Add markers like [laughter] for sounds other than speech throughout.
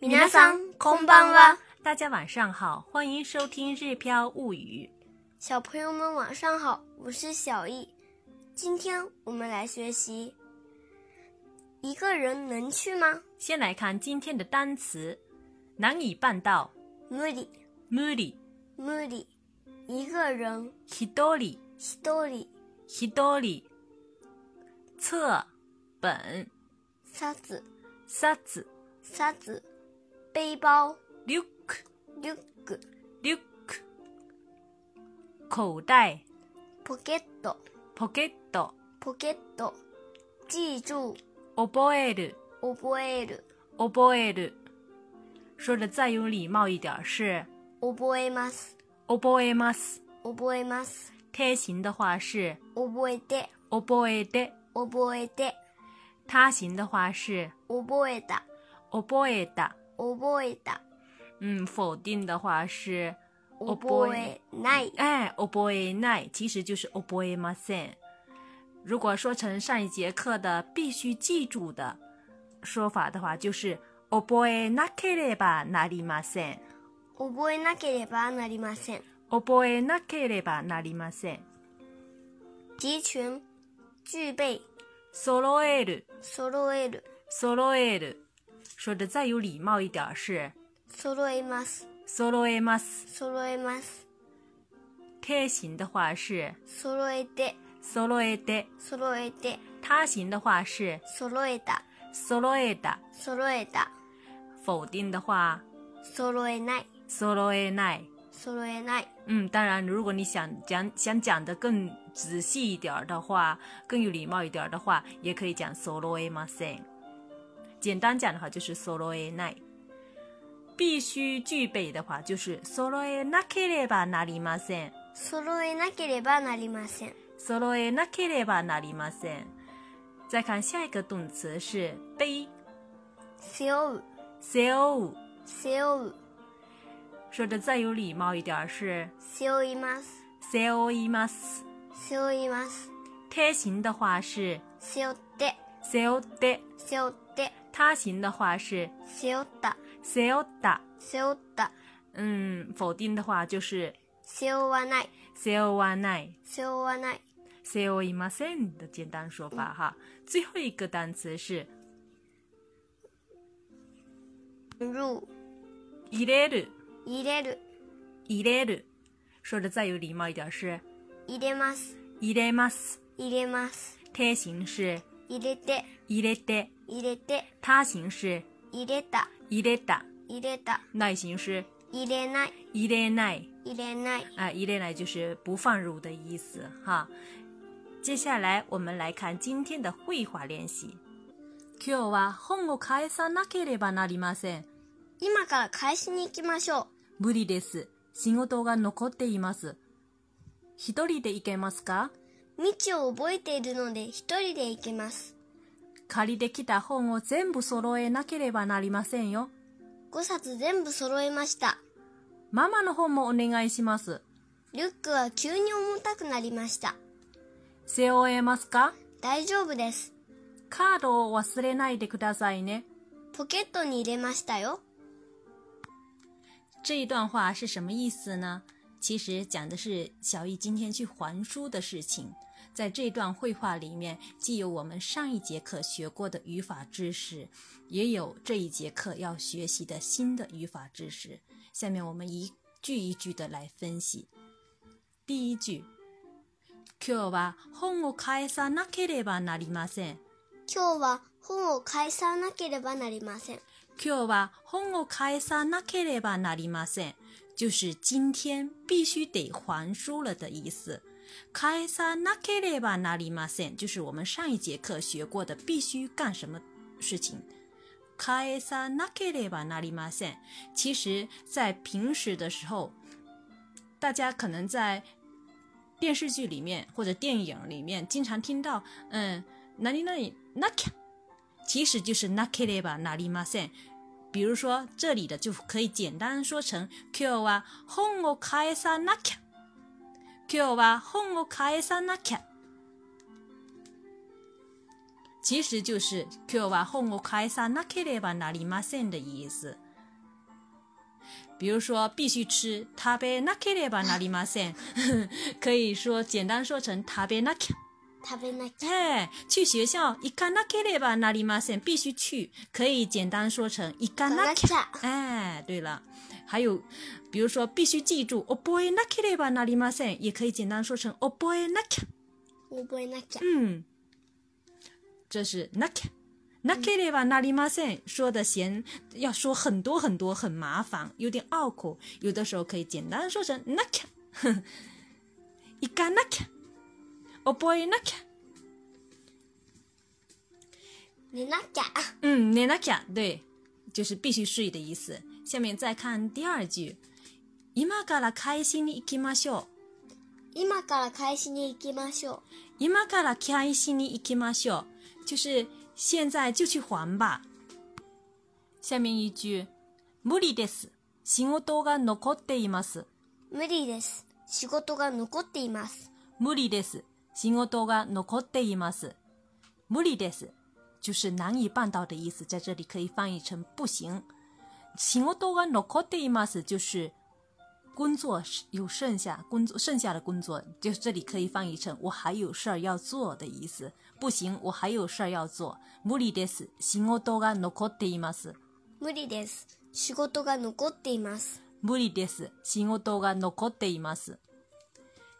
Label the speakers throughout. Speaker 1: 皆さんこんばんは。
Speaker 2: 大家晚上好，欢迎收听《日飘物语
Speaker 1: 小朋友们晚上好，我是小易。今天我们来学习一个人能去吗》。？
Speaker 2: 先来看今天的单词：难以办到、
Speaker 1: 無理、
Speaker 2: 無理、
Speaker 1: 無理。一个人、
Speaker 2: ひどり、
Speaker 1: 一人、
Speaker 2: ひどり。册本、
Speaker 1: サツ、
Speaker 2: サツ、
Speaker 1: サツ。背包、
Speaker 2: リュック、
Speaker 1: リュック、
Speaker 2: リュック。口袋、
Speaker 1: ポケット、
Speaker 2: ポケット、
Speaker 1: ポケット。记住、
Speaker 2: 覚える、
Speaker 1: 覚える、
Speaker 2: 覚える。说的再有礼貌一点儿是
Speaker 1: 覚えます、
Speaker 2: 覚えます，
Speaker 1: 覚えます。
Speaker 2: 贴形的话是
Speaker 1: 覚えて、
Speaker 2: 覚えて。
Speaker 1: 覚えて、
Speaker 2: 他行的话是
Speaker 1: 覚えた、
Speaker 2: 覚えた，
Speaker 1: 覚えた。
Speaker 2: 嗯，否定的话是
Speaker 1: 覚えない。
Speaker 2: 哎覚えない，其实就是覚えません。如果说成上一节课的必须记住的说法的话，就是覚えなければなりません。
Speaker 1: 覚えなければなりません。
Speaker 2: 覚えなければなりません。
Speaker 1: 集群、具備、
Speaker 2: 揃える、
Speaker 1: 揃える、
Speaker 2: 揃える。说的再有礼貌一点儿是
Speaker 1: 揃えます、
Speaker 2: 揃えます。
Speaker 1: 揃えます、
Speaker 2: 贴形的话是
Speaker 1: 揃えて、
Speaker 2: 揃えて。
Speaker 1: 揃えて、
Speaker 2: 他行的话是
Speaker 1: 揃えた、
Speaker 2: 揃えた，
Speaker 1: 揃えた、
Speaker 2: 否定的话
Speaker 1: 揃えない、
Speaker 2: 揃えない。
Speaker 1: 揃えない、
Speaker 2: 嗯，当然，如果你想讲想讲的更仔细一点儿的话，更有礼貌一点儿的话，也可以讲揃えません。简单讲的话就是揃えない。必须具备的话就是揃えなければなりません。
Speaker 1: 揃えなければなりません。
Speaker 2: 揃えなければなりません。再看下一个动词是背，
Speaker 1: 背負う、
Speaker 2: 背負う。
Speaker 1: 背負う、
Speaker 2: 说的再有礼貌一点儿是
Speaker 1: 背負います、
Speaker 2: 背負います。
Speaker 1: 背負います、
Speaker 2: 贴形的话是
Speaker 1: 背負って、
Speaker 2: 背負って，
Speaker 1: 背負って、
Speaker 2: 他形的话是
Speaker 1: 背負った、
Speaker 2: 背負った。
Speaker 1: 背負った、
Speaker 2: 嗯，否定的话就是
Speaker 1: 背負わない、
Speaker 2: 背負わない、
Speaker 1: 背負わない、
Speaker 2: 背負いません的简单说法哈。最后一个单词是
Speaker 1: ルー、
Speaker 2: 入れる、
Speaker 1: 入れる、
Speaker 2: 入れる。说的再有礼貌一点是
Speaker 1: 入れます、
Speaker 2: 入れます，
Speaker 1: 入れます、
Speaker 2: 贴形是
Speaker 1: 入れて、
Speaker 2: 入れて，
Speaker 1: 入れて、
Speaker 2: 他形是
Speaker 1: 入れた、
Speaker 2: 入れた，
Speaker 1: 入れた、
Speaker 2: 耐形是
Speaker 1: 入れない、
Speaker 2: 入れない。
Speaker 1: 入れない。
Speaker 2: 啊，一类呢就是不放入的意思哈。接下来我们来看今天的绘画练习。今日は本を返さなければなりません。
Speaker 1: 今から返しに行きましょう。
Speaker 2: 無理です。仕事が残っています。一人で行けますか
Speaker 1: 道を覚えているので一人で行けます。
Speaker 2: 借りてきた本を全部揃えなければなりませんよ。
Speaker 1: 5冊全部揃えました。
Speaker 2: ママの本もお願いします。
Speaker 1: リュックは急に重たくなりました。
Speaker 2: 背負えますか
Speaker 1: 大丈夫です。
Speaker 2: カードを忘れないでくださいね。
Speaker 1: ポケットに入れましたよ。
Speaker 2: 这一段话是什么意思呢？其实讲的是小易今天去还书的事情。在这段绘画里面，既有我们上一节课学过的语法知识，也有这一节课要学习的新的语法知识。下面我们一句一句的来分析。第一句，今日は本を返さなければなりません。
Speaker 1: 今日は本を返さなければなりません。
Speaker 2: 今日は本を返さなければなりません，就是今天必须得还书了的意思。返さなければなりません，就是我们上一节课学过的必须干什么事情。返さなければなりません，其实在平时的时候，大家可能在电视剧里面或者电影里面经常听到，嗯，哪里哪里なきゃ其实就是なければなりません。比如说这里的就可以简单说成今日は本を返さなきゃ。今日は本を返さなきゃ。其实就是今日は本を返さなければなりません的意思。比如说必须吃食べなければなりません， [laughs] 可以说简单说成食べなきゃ。
Speaker 1: 食べなきゃ
Speaker 2: 哎，去学校行かなければなりません，必须去，可以简单说成行かなきゃ。哎，对了，还有，比如说必须记住哦覚えなければなりません，也可以简单说成哦覚えなきゃ。
Speaker 1: 覚えなきゃ。
Speaker 2: 嗯，这是なきゃ。なければなりません说的嫌要说很多很多，很麻烦，有点拗口。有的时候可以简单说成な [laughs] きゃ。行かなきゃ。覚えなきゃ。
Speaker 1: 寝なきゃ。
Speaker 2: 嗯，寝なきゃ，对，就是必须睡的意思。下面再看第二句，今から開始に行きましょう。
Speaker 1: 今から開始に行きましょ
Speaker 2: 今から開始に行きましょう，就是现在就去还吧。下面一句，無理です。仕事が残っています。
Speaker 1: う。無理です。仕事が残っています。
Speaker 2: 無理です。仕事が残っています。無理です。就是难以办到的意思，在这里可以翻译成不行。仕事が残っています就是工作是有剩下，工作剩下的工作，就是这里可以翻译成我还有事儿要做的意思。不行，我还有事儿要做。無理です。仕事が残っています。
Speaker 1: 無理です。仕事が残っています。
Speaker 2: 無理です。仕事が残っています。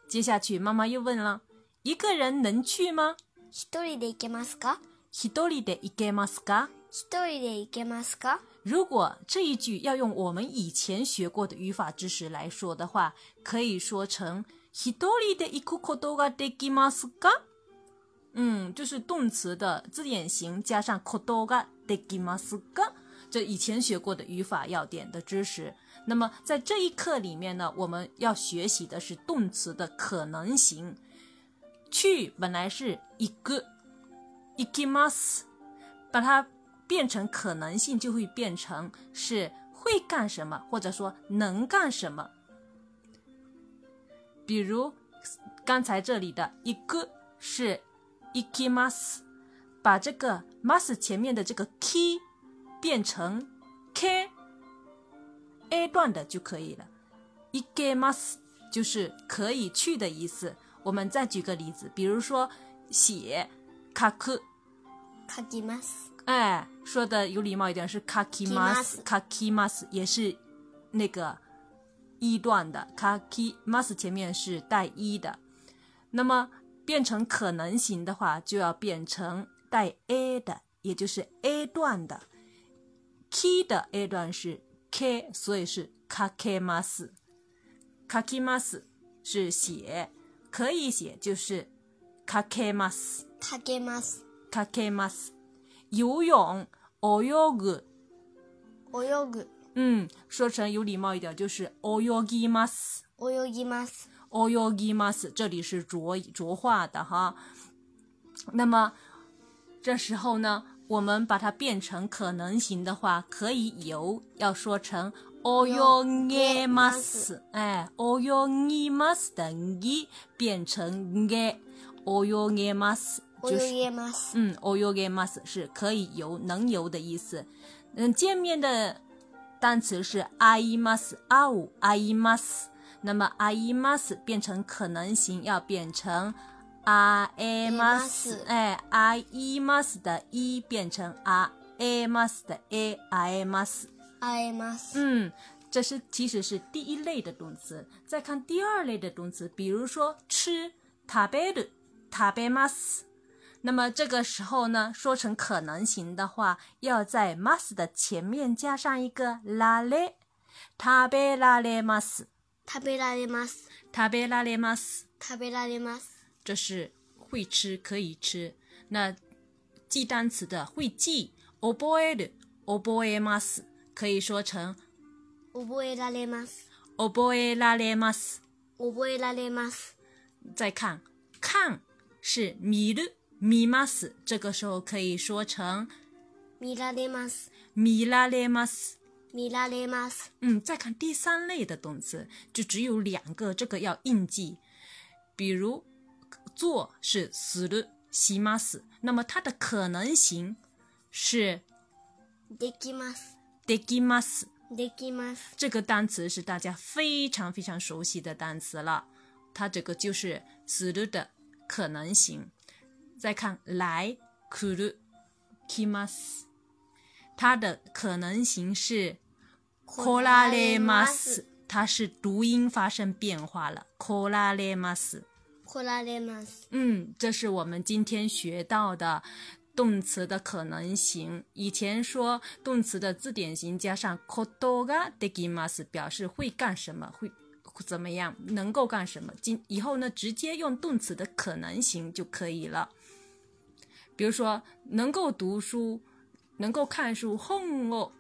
Speaker 2: 接下去，妈妈又问了：一个人能去吗？
Speaker 1: 一人で行けますか
Speaker 2: 一人で行けますか？
Speaker 1: 一人で行けますか
Speaker 2: 如果这一句要用我们以前学过的语法知识来说的话，可以说成“一人で行くことができますか”。嗯，就是动词的字典型加上“ことができますか”，这以前学过的语法要点的知识。那么在这一课里面呢，我们要学习的是动词的可能型。去本来是一个，行きます，把它变成可能性，就会变成是会干什么，或者说能干什么。比如刚才这里的一个是行きます，把这个 mas 前面的这个 k 变成 k a 段的就可以了。行けます就是可以去的意思。我们再举个例子，比如说写書く。
Speaker 1: 書きます。
Speaker 2: 哎，说的有礼貌一点是卡きます，卡きます也是那个一段的，卡きます前面是带一的，那么变成可能型的话，就要变成带 a 的，也就是 a 段的。k 的 a 段是 k，所以是かけます。かきます是写，可以写就是かけます。
Speaker 1: かけます。
Speaker 2: かけます。游泳、泳ぐ。
Speaker 1: 泳ぐ。
Speaker 2: 嗯，说成有礼貌一点就是泳ぎます。
Speaker 1: 泳ぎます。
Speaker 2: 泳ぎます，这里是浊浊化的哈。那么这时候呢，我们把它变成可能型的话，可以游，要说成泳げます。哎，泳ぎます的ぎ变成げ，泳げます就是
Speaker 1: 泳げます。
Speaker 2: 嗯，oyoge mas 是可以游、能游的意思。嗯，见面的单词是 i mas 啊五 i mas，那么 i mas 变成可能型要变成 a mas，
Speaker 1: ます
Speaker 2: 哎，i mas 的一变成 a mas 的 a i mas。
Speaker 1: 会えます。
Speaker 2: 嗯，这是其实是第一类的动词。再看第二类的动词，比如说吃，食べる、食べます。那么这个时候呢，说成可能型的话，要在 mas 的前面加上一个られ，食べられます、
Speaker 1: 食べられます。
Speaker 2: 食べられます。
Speaker 1: 食べられます。
Speaker 2: 这是会吃，可以吃。那记单词的会记，覚える、覚えます，可以说成
Speaker 1: 覚えられます。
Speaker 2: 覚えられます。
Speaker 1: 覚えられます。
Speaker 2: 再看，看是米る米ます，这个时候可以说成
Speaker 1: 見られます。
Speaker 2: 米拉れます。
Speaker 1: 見られます。
Speaker 2: 嗯，再看第三类的动词，就只有两个，这个要印记。比如做是するします，那么它的可能型是
Speaker 1: できます。
Speaker 2: できます。
Speaker 1: できます。
Speaker 2: 这个单词是大家非常非常熟悉的单词了，它这个就是する的可能性。再看来来るきます，它的可能性是来られます，它是读音发生变化了来られます。
Speaker 1: 来られます。
Speaker 2: 嗯，这是我们今天学到的动词的可能型。以前说动词的字典型加上 koto ga dekimas 表示会干什么，会会怎么样，能够干什么。今以后呢，直接用动词的可能型就可以了。比如说，能够读书，能够看书，本を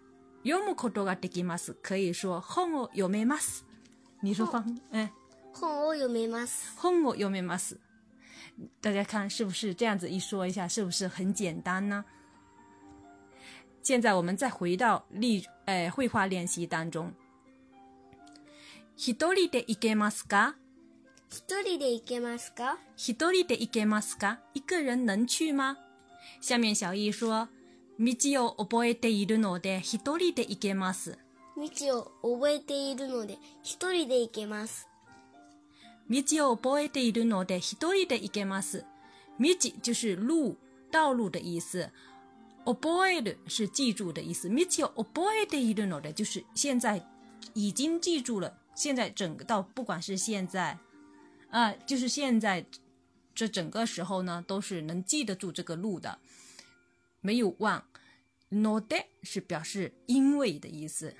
Speaker 2: 読むことができます，可以说本を読めます。你说方，哎。
Speaker 1: 本を読めます。
Speaker 2: 本を読めます。大家看是不是这样子一说一下，是不是很简单呢？现在我们再回到例，哎，绘画练习当中。一人で行けますか？
Speaker 1: 一人で行けますか
Speaker 2: 一人で行けますか？一个人能去吗？下面小易说，道を覚えているので一人で行けます。
Speaker 1: 道を覚えているので、一人で行けます。
Speaker 2: 道を覚えているので一人で行けます。道就是路、道路的意思。覚える是记住的意思。道を覚えているので就是现在已经记住了。现在整个到不管是现在，啊、就是现在这整个时候呢，都是能记得住这个路的，没有忘。ので是表示因为的意思。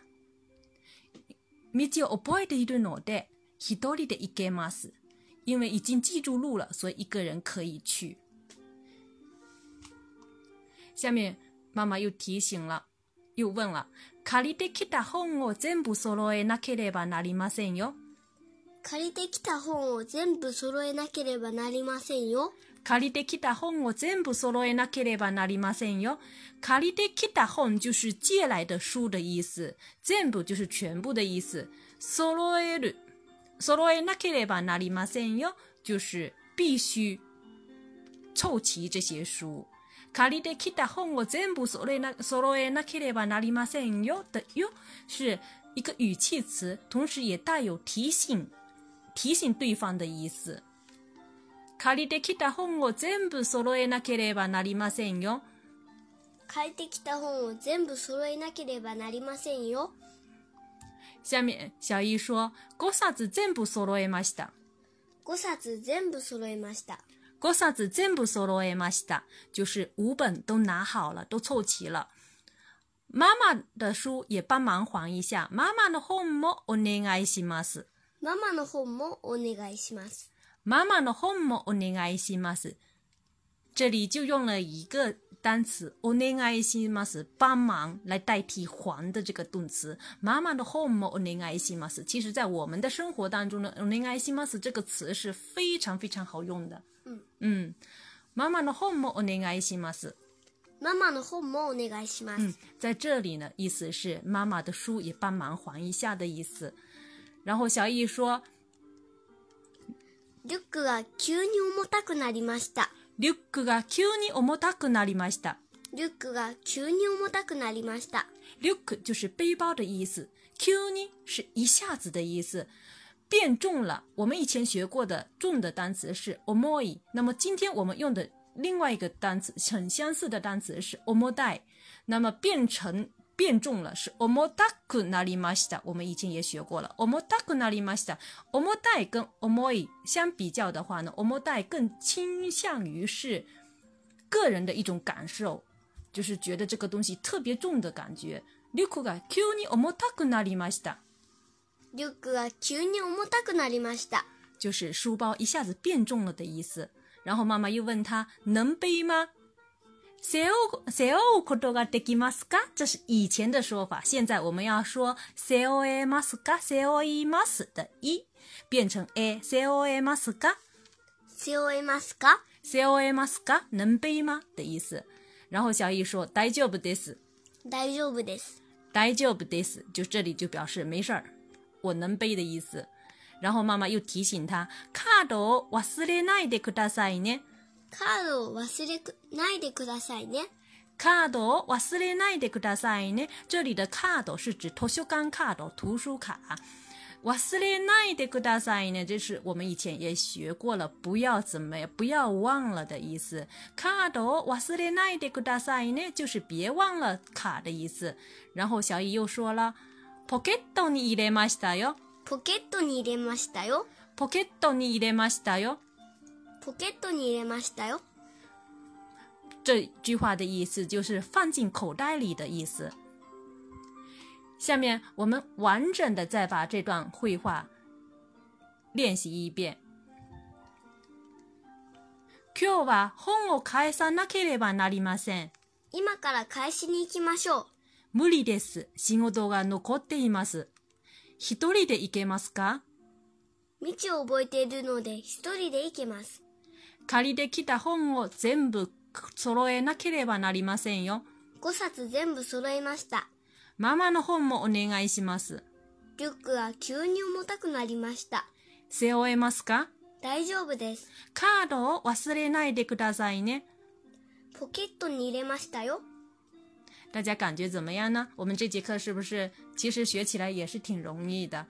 Speaker 2: 道を覚えているので、一人で行けます。因为已经记住路了，所以一个人可以去。下面妈妈又提醒了，又问了：借りてきた本を全部揃えなければなりませんよ。
Speaker 1: 借りてきた本を全部揃えなければなりませんよ。
Speaker 2: 借りてきた本を全部揃えなければなりませんよ。借りてきた本就是借来的书的意思，全部就是全部的意思。揃える、揃えなければなりませんよ，就是必须凑齐这些书。借りてきた本を全部揃えな揃えなければなりませんよ的よ是一个语气词，同时也带有提醒、提醒对方的意思。借りてきた本を全部揃えなければなりませんよ。
Speaker 1: 借りてきた本を全部揃えなければなりませんよ。
Speaker 2: 下面小易说5冊全部揃えました。
Speaker 1: 5冊全部揃えました。
Speaker 2: 5冊全部揃えました。就是五本都拿好了，都凑齐了。妈妈的书也帮忙还一下。妈妈の本もお願いします。
Speaker 1: ママの本もお願いします。
Speaker 2: 妈妈の本もお願いします。这里就用了一个单词お願いします，帮忙来代替还的这个动词。妈妈的本もお願いします。其实，在我们的生活当中呢，お願いします这个词是非常非常好用的。
Speaker 1: 嗯
Speaker 2: 嗯，妈妈的本もお願いします。
Speaker 1: ママの本もお願いします。
Speaker 2: 嗯，在这里呢，意思是妈妈的书也帮忙还一下的意思。然后小易说，
Speaker 1: リュックが急に重たくなりました。
Speaker 2: リュックが急に重たくなりました。
Speaker 1: リュックが急に重たくなりました。
Speaker 2: Luke 就是背包的意思，Q 呢是一下子的意思，变重了。我们以前学过的重的单词是 omoi，那么今天我们用的另外一个单词很相似的单词是 omodai，那么变成变重了是 omodaku narimashita，我们以前也学过了 omodaku narimashita。omodai 跟 omoi 相比较的话呢，omodai 更倾向于是个人的一种感受，就是觉得这个东西特别重的感觉。リュックが急に重たくなりました，
Speaker 1: リュックが急に重たくなりました。
Speaker 2: 就是书包一下子变重了的意思。然后妈妈又问他能背吗？背負う背負うことができますか？这是以前的说法，现在我们要说背負えますか？背負います的一变成え背負えますか？
Speaker 1: 背負えますか
Speaker 2: 背負えますか？能背吗？的意思。然后小易说大丈夫です。
Speaker 1: 大丈夫です。
Speaker 2: 大丈夫です，就这里就表示没事儿，我能背的意思。然后妈妈又提醒他，カードを忘れないでくださいね。
Speaker 1: カードを忘れないでくださいね。
Speaker 2: カードを忘れないでくださいね。这里的カード是指图书館カード、图书卡。忘れないでください呢，这是我们以前也学过了，不要怎么，不要忘了的意思。卡を忘れないでください呢，就是别忘了卡的意思。然后小乙又说了，ポケットに入れましたよ，
Speaker 1: ポケットに入れましたよ。
Speaker 2: ポケットに入れましたよ。
Speaker 1: ポケットに入れましたよ。
Speaker 2: 这句话的意思就是放进口袋里的意思。下面我们完整的再把这段绘画练习一遍。今日は本を返さなければなりません。
Speaker 1: 今から返しに行きましょう。
Speaker 2: 無理です。仕事が残っています。一人で行けますか
Speaker 1: 道を覚えているので一人で行けます。
Speaker 2: 借りてきた本を全部揃えなければなりませんよ。
Speaker 1: 5冊全部揃えました。
Speaker 2: ママの本もお願いします。
Speaker 1: リュックは急に重たくなりました。
Speaker 2: 背負えますか
Speaker 1: 大丈夫です。
Speaker 2: カードを忘れないでくださいね。
Speaker 1: ポケットに入れましたよ。
Speaker 2: 大家感觉怎么样呢？我们这节课是不是其实学起来也是挺容易的？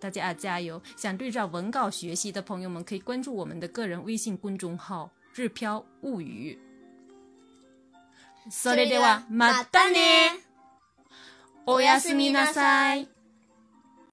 Speaker 2: 大家啊加油！想对照文稿学习的朋友们，可以关注我们的个人微信公众号“日飘物语”。それではまたね。おやすみなさい。